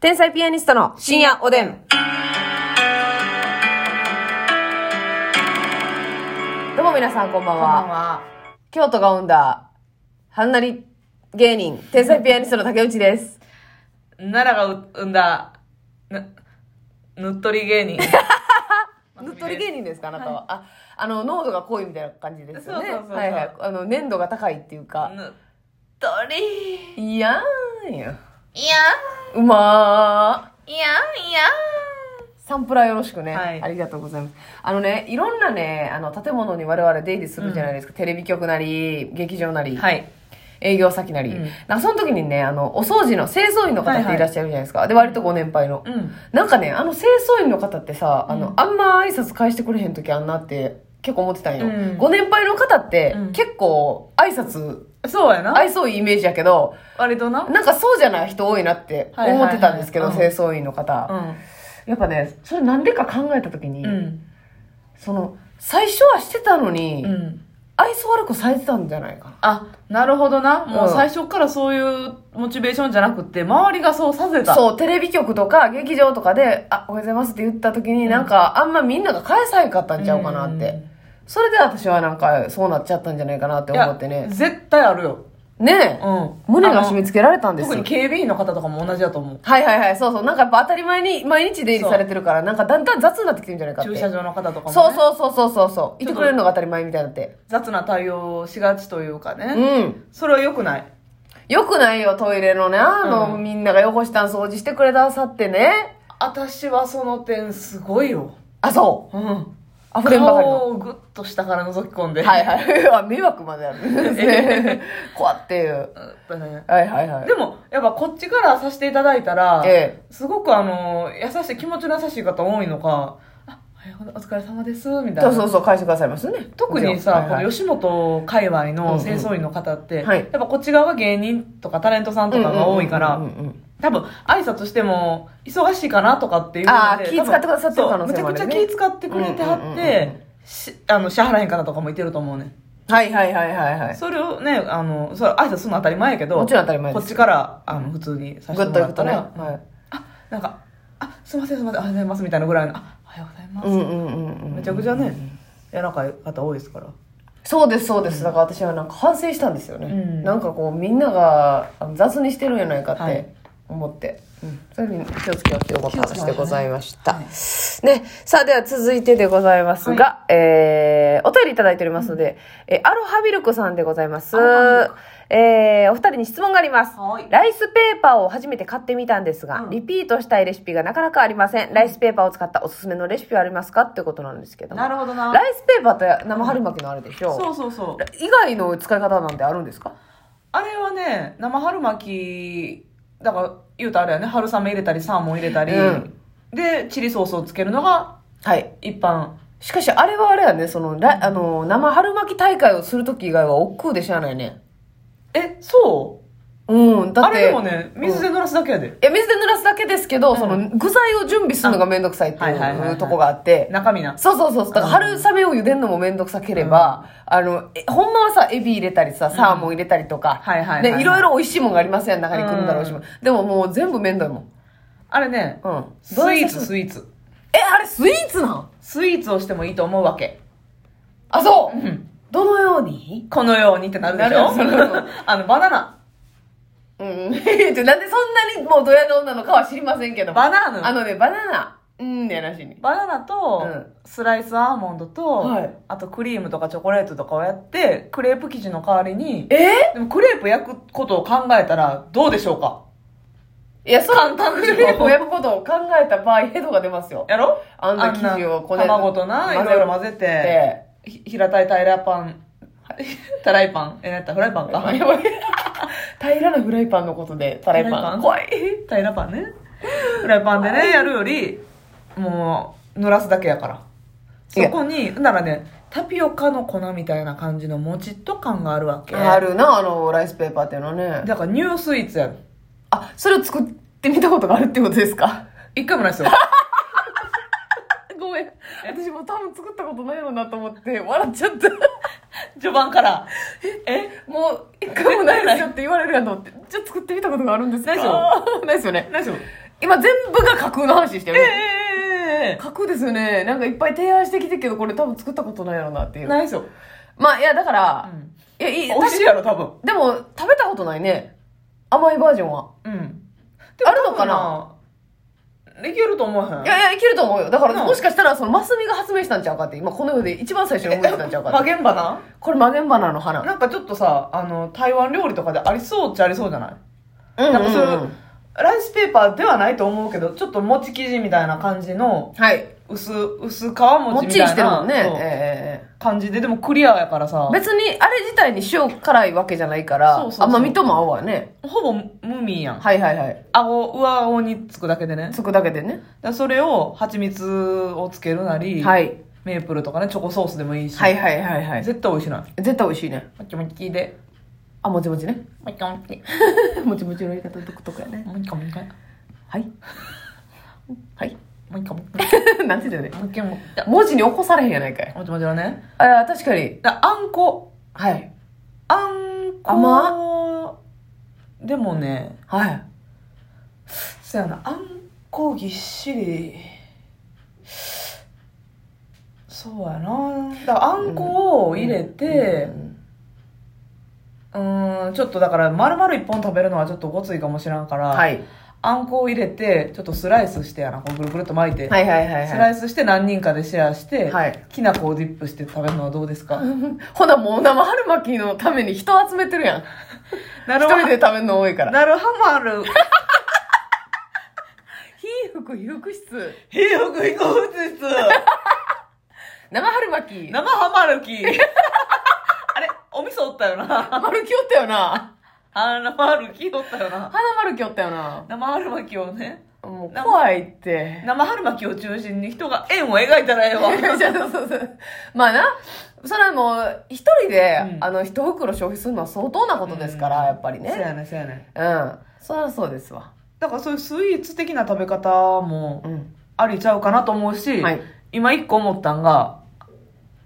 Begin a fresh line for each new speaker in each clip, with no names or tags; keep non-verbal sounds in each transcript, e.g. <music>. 天才ピアニストの深夜おでん。どうも皆さんこんばんは。京都が生んだ、はんなり芸人、天才ピアニストの竹内です。
奈良が生んだ、なぬっとり芸人。
<laughs> ぬっとり芸人ですか、あなたは。あ、あの、濃度が濃いみたいな感じですよね。
そうそうそうそう
はいはい。あの、粘度が高いっていうか。
ぬっとり。
いやーんや。
いや
うま
いやいや
ー。サンプラーよろしくね、
はい
ありがとうございます。あのね、いろんなね、あの、建物に我々出入りするじゃないですか。テレビ局なり、劇場なり。
はい。
営業先なり、
うん
なんかその時にねあのお掃除の清掃員の方っていらっしゃるじゃないですか、で割とご年配の、
うん。
なんかねあの清掃員の方ってさあの、
うん
あんま挨拶返してくれへん時あんなって結構思ってたんよ、
うん
ご年配の方って、
うん
結構挨拶
そうやな。
愛想いいイメージやけど
割とな。
なんかそうじゃない人多いなって
はいはい
思
はい
ってたんですけど、
うん
清掃員の方、
う
やっぱねそれなんでか考えた時に、
ん。うん。
その最初はしてたのに、
うん。
愛想悪くされてたんじゃないかな
あ、なるほどな。もううん最初からそういうモチベーションじゃなくて、周りがそうさせた。
そう、テレビ局とか劇場とかで、あ、おはようございますって言った時に、なんか、あんまみんなが返さへんかったんちゃうかなって。
うん
それで私はなんか、そうなっちゃったんじゃないかなって
い
思
や
ってね。
絶対あるよ。
ねえ、
うん。
胸が締め
付
付けられたんです
特に
よ。
警備員の方とかも同じだと思う。
はいはいはい、そうそう。なんかやっぱ当たり前に、毎日出入りされてるから、なんかだんだん雑になってきてるんじゃないかって。
駐車場の方とかも、ね。
そうそうそうそうそうそう。いて
ちょっと
くれるのが当たり前みたいになって。
雑な対応をしがちというかね。
うん。
それは良くない。
よくないよ、トイレのね。あの、
うん
みんなが汚したん掃除してくれたさってね。
私はその点すごいよ。
あ、そう。
うん。
溢れんばかりの。
顔をぐっと下から覗き込んで。
はいはい。 <laughs> あ迷惑まであるんですね。 <laughs> 怖っていう。
やっぱね
はいはいはい。
でも、やっぱこっちからさせていただいたら、
え
すごくあの、優しい、気持ちの優しい方多いのか、あ、おはようお疲れ様です、みた
そ
いな。
うそうそう、返してくださいますね。
特にさ、
はいはい
この吉本界隈の清掃員の方っ
う
て、
んうんはい
やっぱこっち側が芸人とかタレントさんとかが多いか
うん
ら、
うんうんうん
多分挨拶しても忙しいかなとかっていうので
あー気使ってくださってる可能性もあ
そう
る
む
ね
ちゃくちゃ気使ってくれては
うんうんう
っ
んうん
て、しあの支払えん方とかもいてると思うね
はいはいはいはいはい。
それをねあのそれ挨拶するの当たり前やけど
もちろん当たり前
こ
で
っ
す。
ちからあの普通にさせ
グ
て
ッ
も
と
ら
行
っ
くと
た
ね。
ら、
は
あなんかあすいませんすいませんおはようございますみたいなぐらいのあおはようございま
い。
す、
うんうんうんうん。
めちゃくちゃね柔らかい方多いですから
そうですそうです。だから私はなんか反省したんですよね。
うん
なんかこう、みんながあの雑にしてるんやないかっ
は
て
い
思って。うんそれに気をつけようっていうお話でございました。
はい
ね、さあでは続いてでございますが、えー、お便りいただいておりますので、えーアロハミルクさんでございます
アロハミル。
えー、お二人に質問があります。
はい
ライスペーパーを初めて買ってみたんですが、
うん
リピートしたいレシピがなかなかありません。ライスペーパーを使ったおすすめのレシピはありますかってことなんですけども。
なるほどな
ライスペーパーって生春巻きのあれでし
そ
ょ
うそうそう
以外の使い方なんてあるんですか
あれはね、生春巻き、だから、言うとあれやね、春雨入れたり、サーモン入れたり、
うん
で、チリソースをつけるのが
はい。
一般。
しかし、あれはあれやね、その、ラあの、生春巻き大会をするとき以外は億劫でしゃあないね。
え、そう
うん、だって。
あれでもね、水で濡らすだけやで。
いや、水で濡らすだけですけど、
ん
その、具材を準備するのがめんどくさいって
あはいはいはい
い
は
う
い
とこがあって、
中身な。
そうそうそう。だから、春雨を茹でるのもめんどくさければ、あの、えほんまはさ、エビ入れたりさ、サーモン入れたりとか、
はいはいはいはい
ね、いろいろ美味しいもんがありますやん、中に組んだら美味しいもん
う。
でももう全部めんどいもん。
あれね、
うん。
ス
どうい
イ
う
ーツ、スイーツ。
え、あれスイーツなん
スイーツをしてもいいと思うわけ。
あ、そうう、
ん。
どのように
このようにってなるでし
な
ょ
るなるな
<laughs> あの、バナナ。
うん。 <laughs> えちょなんでそんなにもうドヤ顔なのかは知りませんけど。
バナ
あ
ナ。
のね、バナナ。うん、やらしいね。
バナナと
うん、
スライスアーモンドと、
はい
あとクリームとかチョコレートとかをやって、クレープ生地の代わりに、
え
でもクレープ焼くことを考えたらどうでしょうか
いや、そう、
簡単でしょ
クレープを焼くことを考えた場合、ヘドが出ますよ。
やろ
あんな生地をこね
卵とな、い
混ぜ
ろいろ混ぜて、
て。
ひ平たい平らパン、たらいパン、え、なんやったフライパン
あ
か。
やばい <laughs> 平らなフライパンのことで、タライパン。
フライパン
怖い。
平らパンね。フライパンでね、やるより、もう、濡らすだけやから。
い
そ
や
こに、ならね、タピオカの粉みたいな感じのもちっと感があるわけ。
あるな、あの、ライスペーパーっていうのはね。
だからニュースイーツやる。
あ、それを作ってみたことがあるってことですか
一回もないですよ。
ごめん。私も多分作ったことないのなと思って、笑っちゃった。
序盤から。え
もう、一回もないですよって言われるやんと思って、じゃあ作ってみたことがあるんですか
ないっすよ。
ないですよね。
何でしょ
今全部が架空の話して
ええ
る。
えええ
架空ですよね。なんかいっぱい提案してきてるけど、これ多分作ったことないやろなってい
え
う。
ないですよ。
まあ、いや、だから、
ん。
いや、いい、
美味しいやろ、多分。
でも、食べたことないね。甘いバージョンは。
うん。
あるのかな
多分ないけると思わへん。
いやいや、いけると思うよ。だから、
うん
もしかしたら、その、マスミが発明したんちゃうかって、今この世で一番最初に思いついたんちゃうか
ハ
って。
ゲンバナ
これ、マゲンバナの花。
なんかちょっとさ、あの、台湾料理とかでありそうっちゃありそうじゃない
うん
なんかそういう、ライスペーパーではないと思うけど、ちょっと餅生地みたいな感じの、
はい。
薄、薄皮餅
もっ
み
ちり
た
し
い
てるも
なん
ね。ええ
そう
えええ
感じで、でもクリアやからさ
え、別に、あれ自体に塩辛いわけじゃないから、
そうそうそう
甘みとも合うわね。
ほぼ無味やん。
はいはいはい。
顎、上顎につくだけでね。だか
つくだけでね。
らそれを蜂蜜をつけるなり、
はい。
メープルとかね、チョコソースでもいいし、
はいはいはいはい。
絶対美味しない。
絶対美味しいね。
もちもちで、
あ、もちもちね。
もち <laughs> もち、
もちもちの言い方独特やね。
もちもち、
はい。はい。 <laughs>
もちも
なんて言うんだよね。
ち、もちもち。
文字に起こされへんやないかい。
もちもちはね。
あ、確かに。
だあんこ。
はい。
あんこ。でもね、
はい。
そうやな、あんこぎっしり。そうやな。だからあんこを入れて、うーん、ちょっとだから丸々一本食べるのはちょっとごついかもしらんから、
はい。
あんこを入れて、ちょっとスライスしてやな、こうぐるぐるっと巻いて。
はいはいはい
ス
は
ラ
い。
イスして何人かでシェアして、
はい
きな粉をディップして食べるのはどうですか、
ほなもう生春巻きのために人集めてるやん。
な
一
るは
人で食べるの多いから。
なるはまる。
非服、非服室。
ひよくいこうです。
生春巻き。
<laughs> 生ハマるき。 <laughs> あれ、お味噌おったよな。
丸木おったよな。
あ生ハるきおったよ
花
な。
丸木おったよな。
生春巻きをね、
もう怖いって。
生春巻きを中心に人が円を描いたらええわ。
いや <laughs> そうそうそうまあな、それはもう、一人で、
うん
あの、一袋消費するのは相当なことですから、やっぱり
そう
ね。
やね、そうやね。
うん。そりゃそうですわ。
だからそういうスイーツ的な食べ方も
うん。
ありちゃうかなと思うし、
はい
今一個思ったんが、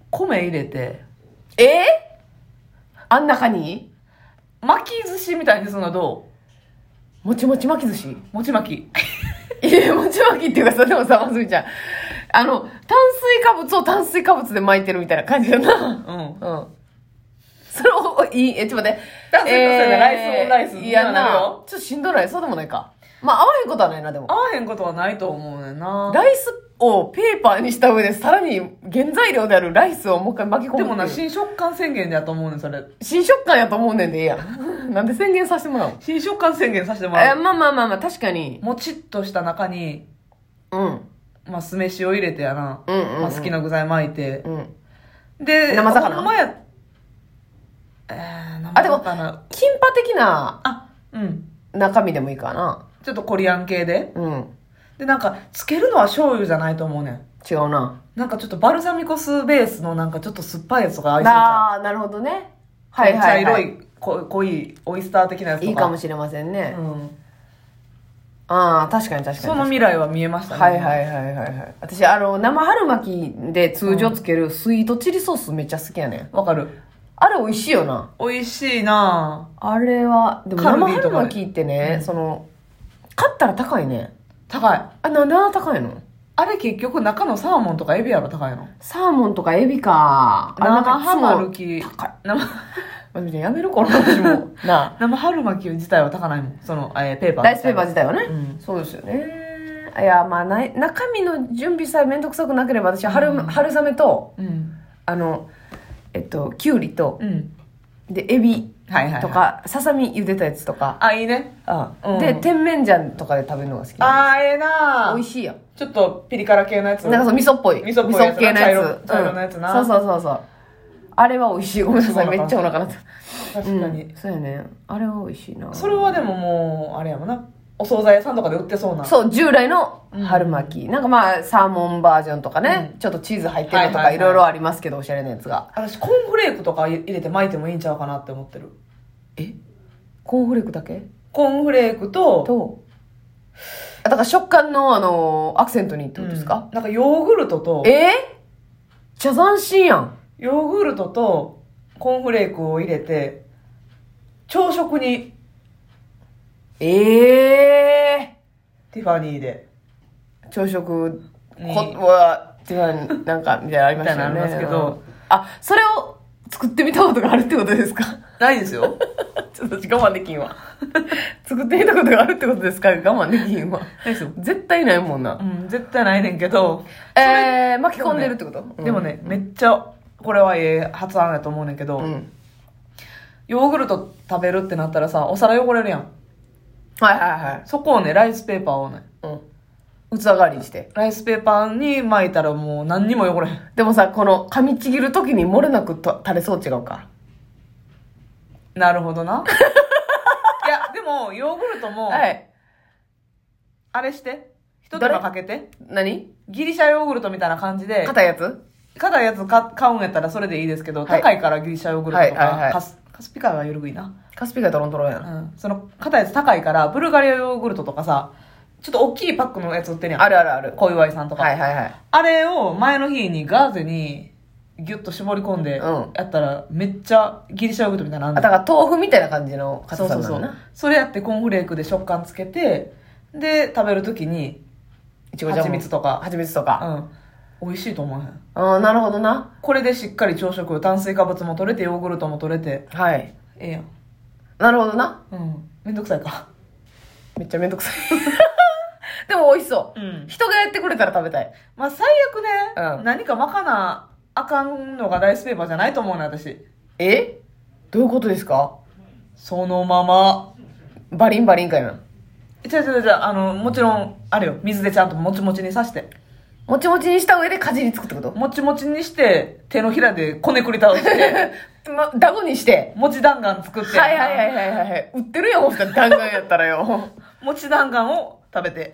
米入れて、
えー、あん中に
巻き寿司みたいにするのはど
もちもち巻き寿司
うもち巻き。
いや、もち巻きっていうかさ、でもさ、まつみちゃん。あの、炭水化物を炭水化物で巻いてるみたいな感じだな。
うん。
<laughs> うん。それを、いい、え、ちょっと待って。
炭水化物やなライスオンライス
いや
にはな
な
るよ、
ちょっとしんどない。そうでもないか。まあ、合わへんことはないな、でも
合。わへんことはないと思うねんな。
ライスをペーパーにした上で、さらに原材料であるライスをもう一回巻き込むって
で
いう。
もな、新食感宣言やと思うねん、それ。
新食感やと思うねんでええ
<laughs>
やん。なんで宣言させてもらうの
新食感宣言させても
え
らう。
まあまあまあまあ、確かに。
もちっとした中に、
うん。うん
まあ、酢飯を入れてやな。
うんうんうん
まあ、好きな具材巻いて。
うん。
で、
生魚
ほんまや、えー、生魚。
あでもキンパ的な
あ、うん。
中身でもいいかな。
ちょっとコリアン系で。
うん。
で、なんか、つけるのは醤油じゃないと思うねん。
違うな。
なんかちょっとバルサミコ酢ベースのなんかちょっと酸っぱいやつとか合いそうじゃん。
ああー、なるほどね。はいはい、はい。
茶色い、こ濃いオイスター的なやつとか。
いいかも
し
しれません
れ
ね。
ない。うん。
ああ、確かに確かに。
その未来は見えましたね。
はいはいはいはいはい。私、あの、生春巻きで通常つけるスイートチリソースめっちゃ好きやねん。
わかる。
あれ美味しいよな。
美味しいなぁ
あれは、でも
カルビ
生
とかで
春巻きってね、その、買ったら高いね。
高い。
あ、なんであんな高いの
あれ結局中のサーモンとかエビやろ高いの。
サーモンとかエビか。あれなんか
生
いつも
ハルキ。
高い。
生、
<laughs> まじでやめるこの話 <laughs> も。な
生春巻き自体は高ないもん。その、えーペーパ
あ。
ー。
ライスペーパー自体はね。
うん
そうですよね。いや、まあない、中身の準備さえめんどくさくなければ、私は春、春雨と、
うん。
あの、えっと、きゅうりと、
うん。
で、エビ
はいはい、はい。
と。か、ささみ茹でたやつとか、
あ、いいね。
あ
うん
で、甜麺醤とかで食べるのが好きなの。
あー、ええなぁ
美味しいやん。
ちょっとピリ辛系のやつ。
なんかそう味噌っぽい。
味噌っぽいやつ
味噌
な
系のやつ。
茶色茶色のやつな
うんそうそうそうそう。あれは美味しい。ごめんなさい。めっちゃお腹なった。
確かに、
うんそうやね。あれは美味しいな。
それはでももう、あれやもんな。お惣菜屋さんとかで売ってそうな。
そう、従来の春巻き。なんかまあ、サーモンバージョンとかね、ちょっとチーズ入ってるのと
はいはいは
か
い
いろいろありますけど、おしゃれなやつが。
私、コーンフレークとか入れて巻いてもいいんちゃうかなって思ってる。
えコーンフレークだけ
コーンフレークと、
と、あだから食感のあのーアクセントにってことですか
う、んなんかヨーグルトと、
えー、じゃ斬新やん。
ヨーグルトとコーンフレークを入れて、朝食に
ええ
ティファニーで
朝食
ね
こはっていうなんかみたいなのありましたよね
みたいなのありますけど
あそれを作ってみたことがあるってことですか
ないですよ
<laughs> ちょっと私我慢できん <laughs> わ作ってみたことがあるってことですか我慢できんわ
<laughs> ないですよ
絶対ないもんな
うん絶対ないねんけど
えー、巻き込んでるってこと
でもね、めっちゃこれはええ発案やと思うねんけど、
うんうん
ヨーグルト食べるってなったらさお皿汚れるやん
はいはいはい
そこをねライスペーパーをね
うん、器代わりにして
ライスペーパーに巻いたらもう何にも汚れへん
でもさこの噛みちぎる時に漏れなくと垂れそう違うか
なるほどな <laughs> いやでもヨーグルトも、
はい
あれして一手間かけて
何
ギリシャヨーグルトみたいな感じで
硬いやつ
硬いやつか買うんやったらそれでいいですけど、
はい
高いからギリシャヨーグルトとか、
はいはいはい
カスカスピカはゆるぐいな、
カスピカトロントロンや
う
な、
ん、その硬いやつ高いからブルガリアヨーグルトとかさちょっと大きいパックのやつ売ってるやん
あるあるある
小祝さんとか、
はいはいはい
あれを前の日にガーゼにギュッと絞り込んで
うん
やったらめっちゃギリシャヨーグルトみたいなのあ
あ
んね
だ
ん
から豆腐みたいな感じの
そ
硬
う
さ
そ
になる
うそう
な
それやってコーンフレークで食感つけてで食べるときに
いちごジャム
蜂蜜とか
蜂蜜とか、
うん美味しいと思わへん
ああなるほどな
これでしっかり朝食炭水化物も取れてヨーグルトも取れて
はい
ええやん
なるほどな
うんめんどくさいか
めっちゃめんどくさい <laughs> でも美味しそう、
うん
人がやってくれたら食べたい
まあ最悪ね、
うん
何かまかなあかんのがライスペーパーじゃないと思うね私
えどういうことですか
そのまま
バリンバリンかいな
違う違う違うあのもちろんあれよ水でちゃんともちもちに刺して
もちもちにした上でかじりつくってこと
もちもちにして手のひらでこねくり倒して <laughs>
ま、ダゴにして。
もち弾丸作って
はいはいはいはいはい。売ってるやん、ほんと弾丸やったらよ。
もち弾丸を食べて